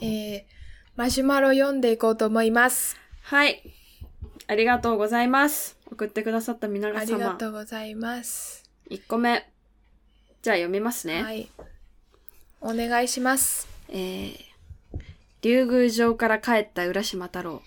えー、マシュマロ読んでいこうと思います。はい。ありがとうございます。送ってくださった皆様。ありがとうございます。 1個目。じゃあ読みますね。はい。お願いします。えー、竜宮城から帰った浦島太郎。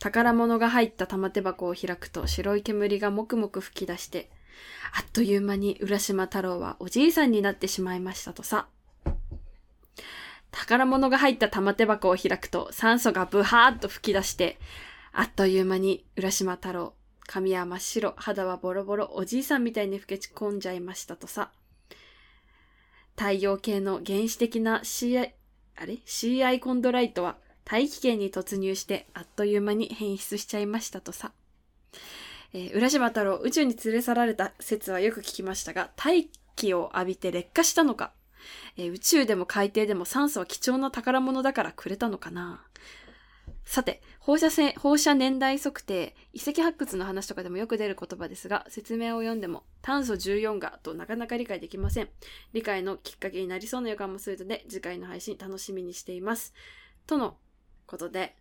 宝物が入った玉手箱を開くと白い煙がもくもく吹き出して、あっという間に浦島太郎はおじいさんになってしまいましたとさ。宝物が入った玉手箱を開くと酸素がブハーッと吹き出して、あっという間に浦島太郎、髪は真っ白、肌はボロボロ、おじいさんみたいに老け込んじゃいましたとさ。太陽系の原始的な CI、あれ ?CI コンドライトは大気圏に突入してあっという間に変質しちゃいましたとさ。えー浦島太郎、宇宙に連れ去られた説はよく聞きましたが、大気を浴びて劣化したのか、えー宇宙でも海底でも酸素は貴重な宝物だからくれたのかなさて、放射線、放射年代測定、遺跡発掘の話とかでもよく出る言葉ですが、説明を読んでも、炭素14がとなかなか理解できません。理解のきっかけになりそうな予感もするので、次回の配信楽しみにしています。とのことで、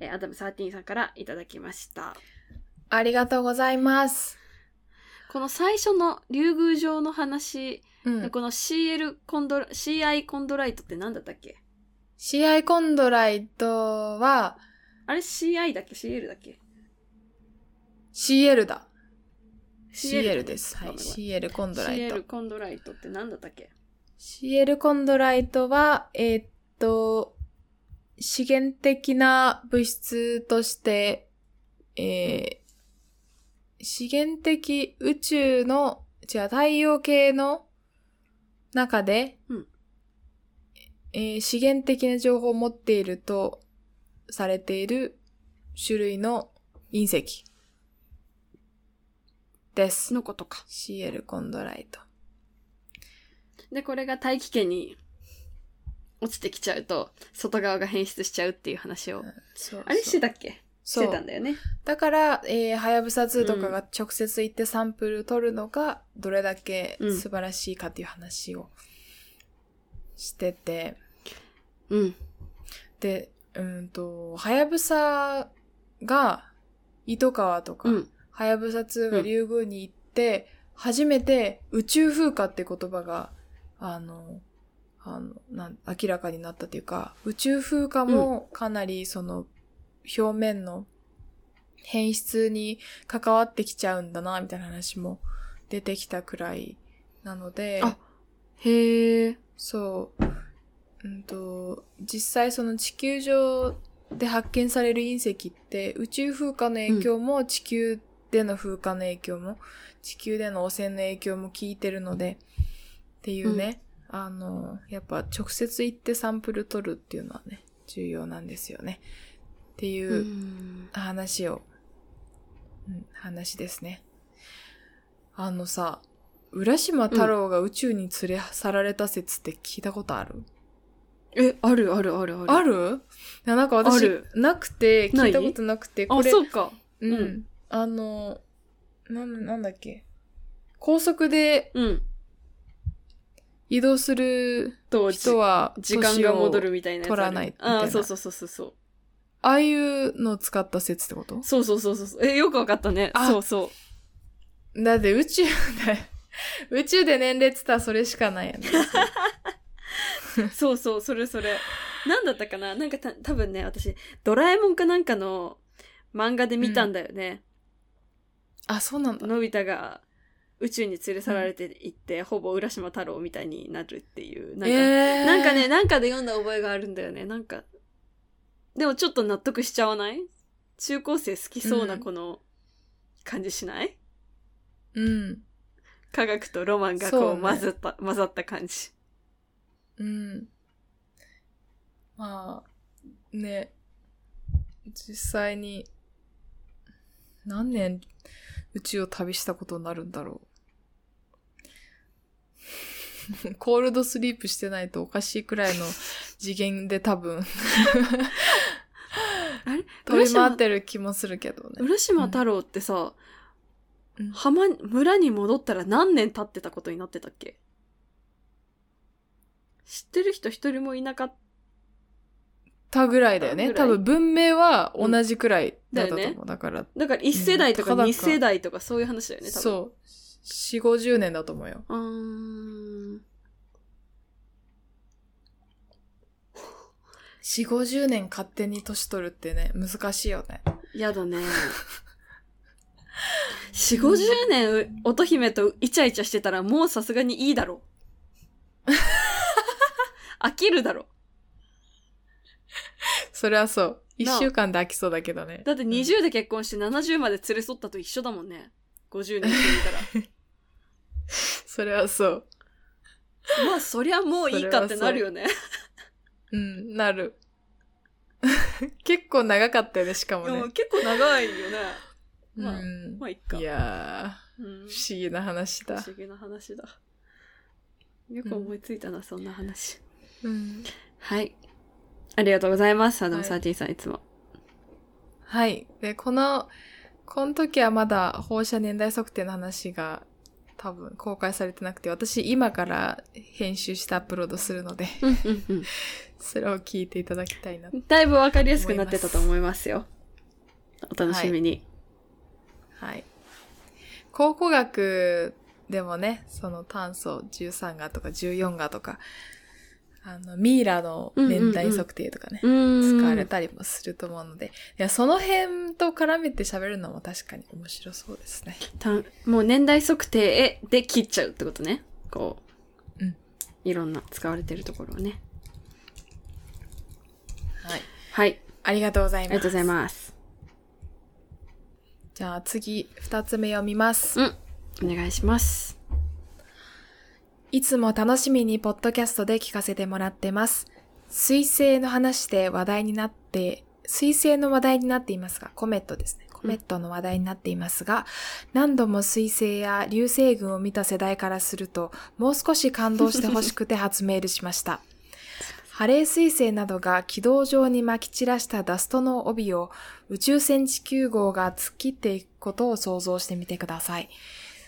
えーアダム13さんからいただきました。ありがとうございます。この最初の竜宮城の話、うん。この CL コンドラ、CI コンドライトって何だったっけ CI コンドライトはあれ CI だっけ ?CL だっけ CL だ。 CL CL です。はい。ごめんご CL コンドライト ?CL。コンドライトって何だったっけ CL コンドライトは、えーっと、資源的な物質として、えー資源的宇宙の、違う、太陽系の中で、うんえー資源的な情報を持っているとされている種類の隕石です。のことか。 CL コンドライト。で、これが大気圏に落ちてきちゃうと、外側が変質しちゃうっていう話を。そうあれそうしてたっけしそうてたんだよね。だから、えー、はやぶさ2とかが直接行ってサンプル取るのが、どれだけうん素晴らしいかっていう話をしてて、うん。で、うんと、はやぶさが、糸川とか、うん。はやぶさ2が竜宮に行って、初めて宇宙風化って言葉が、あの、あの、なん、明らかになったというか、宇宙風化もかなりその、表面の変質に関わってきちゃうんだな、みたいな話も出てきたくらいなので、あへえ。。そう、うんと、実際その地球上で発見される隕石って宇宙風化の影響も地球での風化の影響も、地球での汚染の影響も効いてるので、っていうね、あの、やっぱ直接行ってサンプル取るっていうのはね、重要なんですよね。っていううん話を、うん、話ですね。あのさ、浦島太郎が宇宙に連れ去られた説って聞いたことある、え、あるあるあるある。あるいや、なんか私ある、なくて、な聞いいたことなくて、あ、そうか。う。うんあの、なん、なんだっけ。高速でうん。移動すると、じ人は、時間が戻年るを。みたいなやつある。取らないみたいなああ、そうそうそうそうそう。ああいうのを使った説ってことそうそうそうそうそう。え、よくわかったね。あそうそう。だって宇宙で、宇宙で年齢って言ったらそれしかないよ ね。そうそう、それそれ。なんだったかななんかた、多分ね、私、ドラえもんかなんかの漫画で見たんだよね。あ、そうなんだ。のび太が宇宙に連れ去られていって、ほぼ浦島太郎みたいになるっていう。なんか、えーなんかね、、なんかで読んだ覚えがあるんだよね。なんか、でもちょっと納得しちゃわない中高生好きそううなんこの感じしない、うん。科学とロマンがそこううね混ざった、混ざった感じ。うん。まあ、ね、実際に、何年宇宙を旅したことになるんだろう。 コールドスリープしてないとおかしいくらいの次元で多 分あれ飛び回ってる気もするけどね。浦島太郎ってさ、うん浜に、村に戻ったら何年経ってたことになってたっけ知ってる人一人もいなかったぐらいだよね。ぐら多い分文明は同じくらいだったと思だう。よだから、だから1世代とかうんたかだか2世代とかそういう話だよね、多分。そう。四五十年だと思うよ。うーん。四五十年勝手に年取るってね、難しいよね。やだね。四五十年、乙姫とイチャイチャしてたら、もうさすがにいいだろ。飽きるだろ。それはそう。一なあ週間で飽きそうだけどね。だって20で結婚して70まで連れ添ったと一緒だもんね。50年って言っそれはそう。たら。まあ、そりゃもういいかってなるよね。うん、なる。 結構長かったよね、しかもいやねもう。結構長いよね。うまあんまあ、いっか。いやうんー、不思議な話不だ。思議な話だ。よく思いついたな、そんな話。うん、はい。ありがとうございます。アダムはいサーティーさん、いつも。はい。で、この、この時はまだ放射年代測定の話が多分公開されてなくて、私今から編集してアップロードするので、 うんうんそれを聞いていただきたいなう。ん。だいぶわかりやすくなってたと思いますよ。お楽しみに。はい。考古学でもね、その炭素13がとか14がとか、あの、ミイラの年代測定とかね、うーん。使われたりもすると思うので、いや、その辺と絡めて喋るのも確かに面白そうですね。たんもう年代測定で切っちゃうってことね。こう。うんいろんな使われてるところをね。はい。はい。ありがとうござあいります。がとうございます。じゃあ次、二つ目読みます。うん。お願いします。いつも楽しみにポッドキャストで聞かせてもらってます。水星の話で話題になって、水星の話題になっていますが、コメットですね。コメットの話題になっていますが、何度も水星や流星群を見た世代からすると、もう少し感動してほしくて初メールしました。ハレー彗星などが軌道上に撒き散らしたダストの帯を宇宙船地球号が突っ切っていくことを想像してみてください。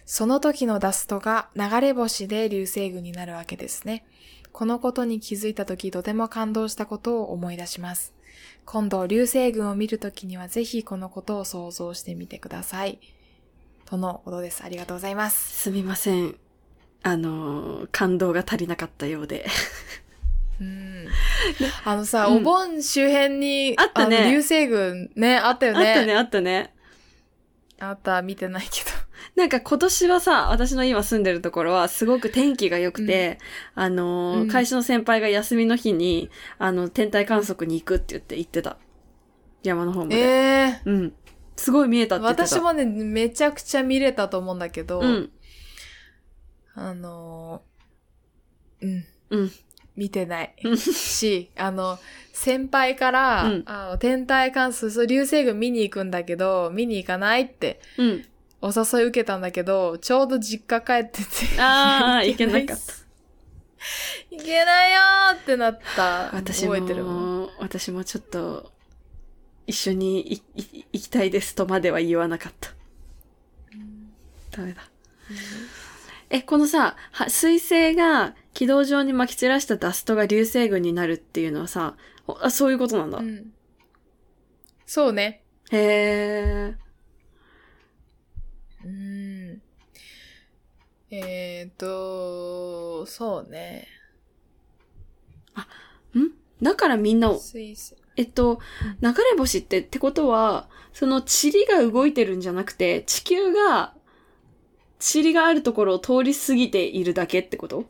その時のダストが流れ星で流星群になるわけですね。このことに気づいた時とても感動したことを思い出します。今度流星群を見る時にはぜひこのことを想像してみてください。とのことです。ありがとうございます。すみません。あのー感動が足りなかったようで。うん。 あのさ、うんお盆周辺に、あったねの流星群ね、あった あっよね。たね、あったね。あった、見てないけど。 なんか今年はさ、私の今住んでるところはすごく天気が良くて、あのーうん会社の先輩が休みの日に、あの、天体観測に行くって言って行ってた。山の方まで。ええうん。すごい見えたって言ってた。私もね、めちゃくちゃ見れたと思うんだけど、うん。あのーうん。うん見てないうん。し、あの、先輩から、うんあの天体観測、そう流星群見に行くんだけど、見に行かないって、うん。お誘い受けたんだけど、ちょうど実家帰ってて。あー 行けなかっいっす。行けないよーってなった。私も、覚えてるもん。私もちょっと、一緒にいい行きたいですとまでは言わなかった。ダメだ。え、このさ、は水星が軌道上に撒き散らしたダストが流星群になるっていうのはさ、おあそういうことなんだ。うへん。そうね。え。うん。えーっと、そうね。んだからみんなを、水星。えっと、流れ星って、ってことは、その塵が動いてるんじゃなくて、地球が、塵があるところを通り過ぎているだけってこと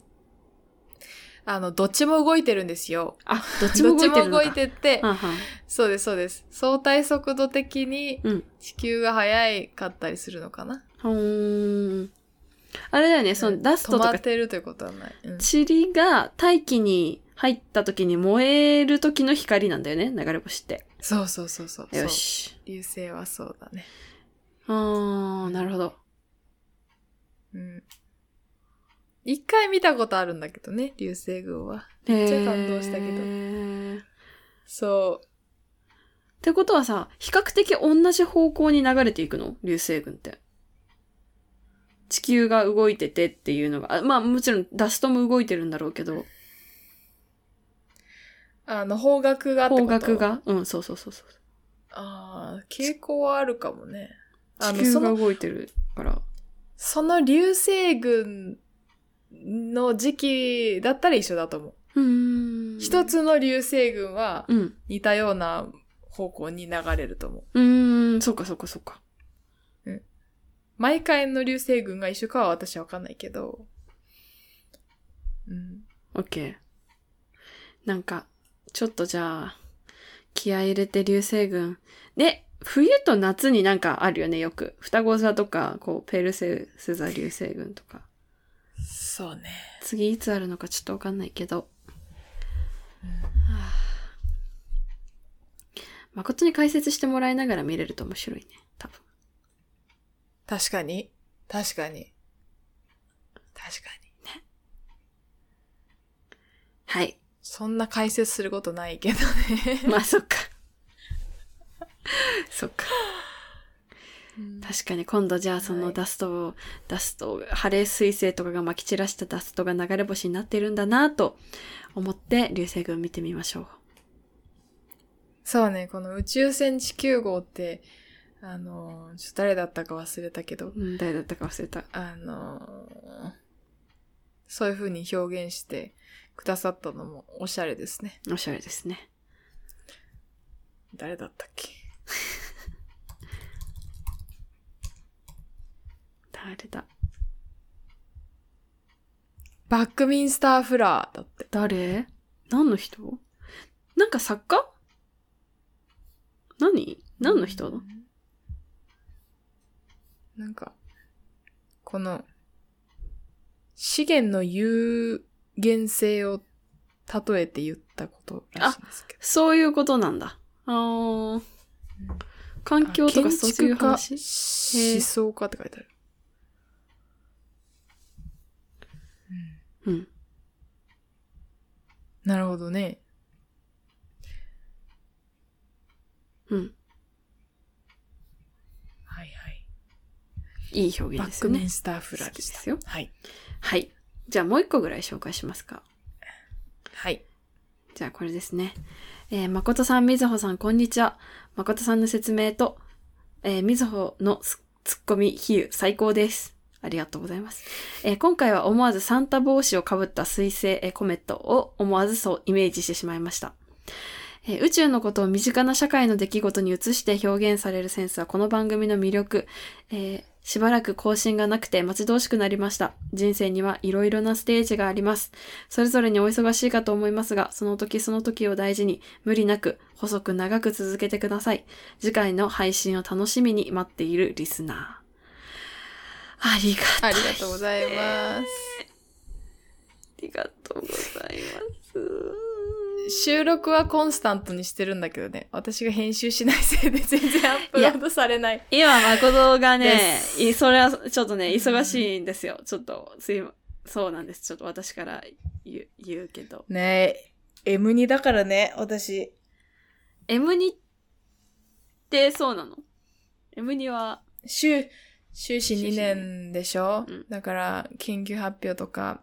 あの、どっちも動いてるんですよ。あ、 どっちどもっ動ちいてるものか。動いてって、はんはんそうです、そうです。相対速度的にうん地球が速いかったりするのかな。ほーん。あれだよね、そのダストと止まかっ、てるということはない。うん塵が大気に入った時に燃える時の光なんだよね、流れ星って。そうそうそうそう。よし。そう。流星はそうだね。あー、なるほど。うん。一回見たことあるんだけどね、流星群は。めっちゃ感動したけどど。そう。ってことはさ、比較的同じ方向に流れていくの流星群って。地球が動いててっていうのが、あまあもちろんダストも動いてるんだろうけど。あの、方角がってこと方角。が。うん、そうそうそうそう。ああ、傾向はあるかもね。あの、地球そがの、動いてるから。その流星群の時期だったら一緒だと思う。うーん。一。つの流星群はうん。似たような方向に流れると思う。うーん、そっかそっかそっか。毎回の流星群が一緒かは私はわかんないけど。うん。オッケー。なんか、ちょっとじゃあ、気合い入れて流星群。で、冬と夏になんかあるよね、よく。双子座とか、こう、ペルセウス座流星群とか。そうね。次いつあるのかちょっとわかんないけど。まことに解説してもらいながら見れると面白いね。多分。確かに。確かに。確かに。はい。そんな解説することないけどね。まあ、そっか。そっか。うん確かに今度じゃあそはのいダストを、ダストを、ハレー彗星とかが撒き散らしたダストが流れ星になってるんだなと思って流星群見てみましょう。そうね、この宇宙船地球号って、あのー、ちょっと誰だったか忘れたけど、うん、誰だったか忘れた。あのー、そういう風に表現してくださったのもおしゃれですね。おしゃれですね。誰だったっけ誰だバックミンスター・フラーだって。誰何の人なんか作家何何の人うんなんか、この、資源の有限性を例えて言ったことらしいんですけど。そういうことなんだ。あー。環境とかそういう話建築家思想家って書いてある。うん。なるほどね。うん。はいはい。いい表現バでッすクミねン。スター・フラーでし好きでた。すよはい。はい。じゃあもう一個ぐらい紹介しますか。はい。じゃあこれですね。えー、誠さん、みずほさん、こんにちは。誠さんの説明と、えー、みずほのすツッコミ、比喩、最高です。ありがとうございます。えー今回は思わずサンタ帽子をかぶった彗星、えーコメットを思わずそうイメージしてしまいました。えー宇宙のことを身近な社会の出来事に移して表現されるセンスはこの番組の魅力。えーしばらく更新がなくて待ち遠しくなりました。人生にはいろいろなステージがあります。それぞれにお忙しいかと思いますが、その時その時を大事に、無理なく、細く長く続けてください。次回の配信を楽しみに待っているリスナー。ありがたあい。りがとうございます。ありがとうございます。収録はコンスタントにしてるんだけどね。私が編集しないせいで全然アップロードされない。今、誠がねで、いそれはちょっとね、忙しいんですよ。ちょっと、すいま、そうなんです。ちょっと私から言う言うけど。ねえ、M2 だからね、私。 M2 ってそうなの ?M2 は、修、修士修士2二年でしょ、うんだから、研究発表とか。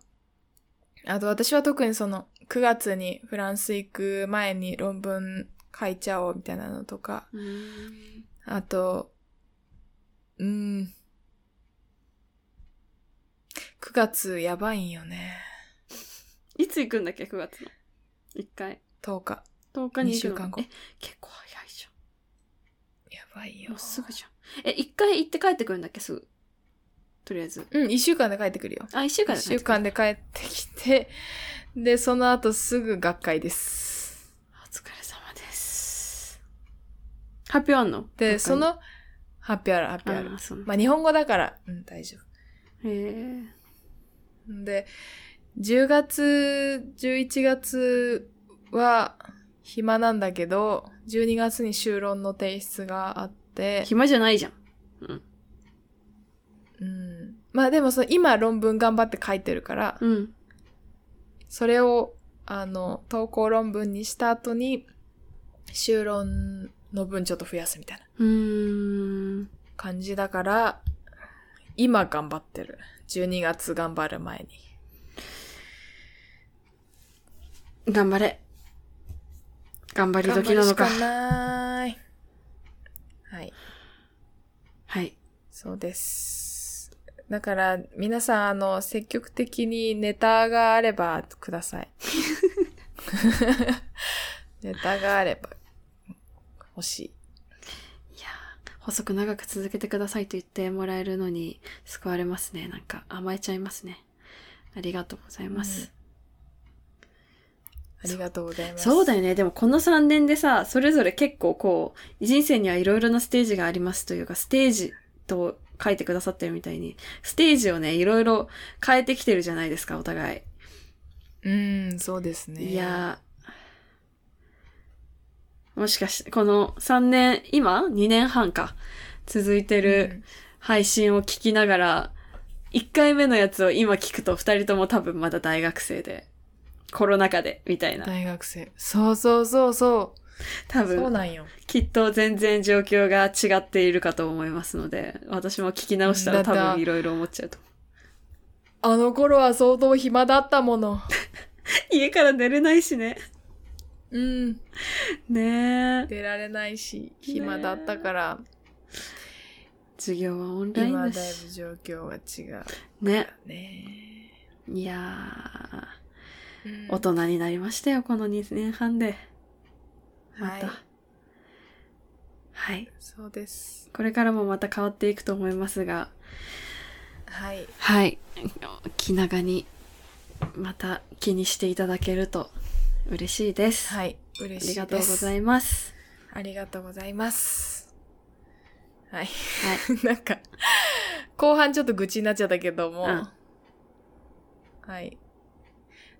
あと私は特にその、9月にフランス行く前に論文書いちゃおうみたいなのとか。あと、うん。9月やばいんよね。いつ行くんだっけ ?9 月の。1回。 10日。 10日に行くの二週間後え、結構早いじやばいゃん。よもう。すぐじゃん。え、1回行って帰ってくるんだっけすぐ。とりあえず。うん、1週間で帰ってくるよ。あ、1週間1だね週。間で帰ってきて、で、その後すぐ学会です。お疲れ様です。発表あんので、そ、なんかの、発表ある、発あ表あるー。そうなんだまあ、日本語だから、うん、大丈へえ。夫。んで、10月、11月は暇なんだけど、12月に修論の提出があって、暇じゃないじゃん。うん。まあでもその今論文頑張って書いてるから、うん。それを、あの、投稿論文にした後に、修論の分ちょっと増やすみたいなうーん。感じだから、今頑張ってる。12月頑張る前に。頑張れ。頑張り頑張時るなのしか。かない。はい。はい。そうです。だから、皆さん、あの、積極的にネタがあればくだ さい。ネタがあれば欲しい。いやー細く長く続けてくださいと言ってもらえるのに救われますね。なんか甘えちゃいますね。ありがとうございます。ありがとうございます。そうだよ。よね。でもこの3年でさ、それぞれ結構こう、人生にはいろいろなステージがありますというか、ステージと書いてくださってるみたいに、ステージをね、いろいろ変えてきてるじゃないですか、お互い。うん、そうですね。いやーもしかして、この3年、今 ?2 年半か。続いてる配信を聞きながら、1回目のやつを今聞くと2人とも多分まだ大学生で、コロナ禍で、みたいうんな。大学生。そうそうそうそう。そ多う分、なんよ。きっと全然状況が違っているかと思いますので、私も聞き直したうらんだ多って分いろいろ思っちゃうと 思あの頃は相当暇だったもの。う。家から寝れないしね。うん。ねえ。出られないし、暇だったから、授業はオンライン今だいだぶし。状況が違う。ね。ねいやー。うん大人になりましたよ、この2年半で。まはいた。はい。そうです。これからもまた変わっていくと思いますが、はい。はい。気長に、また気にしていただけると嬉しいです。い。はい。あ嬉しりいです。がとうございます。ありがとうございます。はい。はい。 なんか、後半ちょっと愚痴になっちゃったけども、うんはい。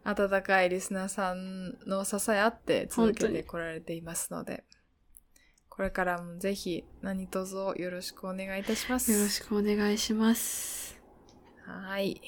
温かいリスナーさんの支えあって続けてこられていますので、これからもぜひ何卒よろしくお願いいたします。よろしくお願いします。はい。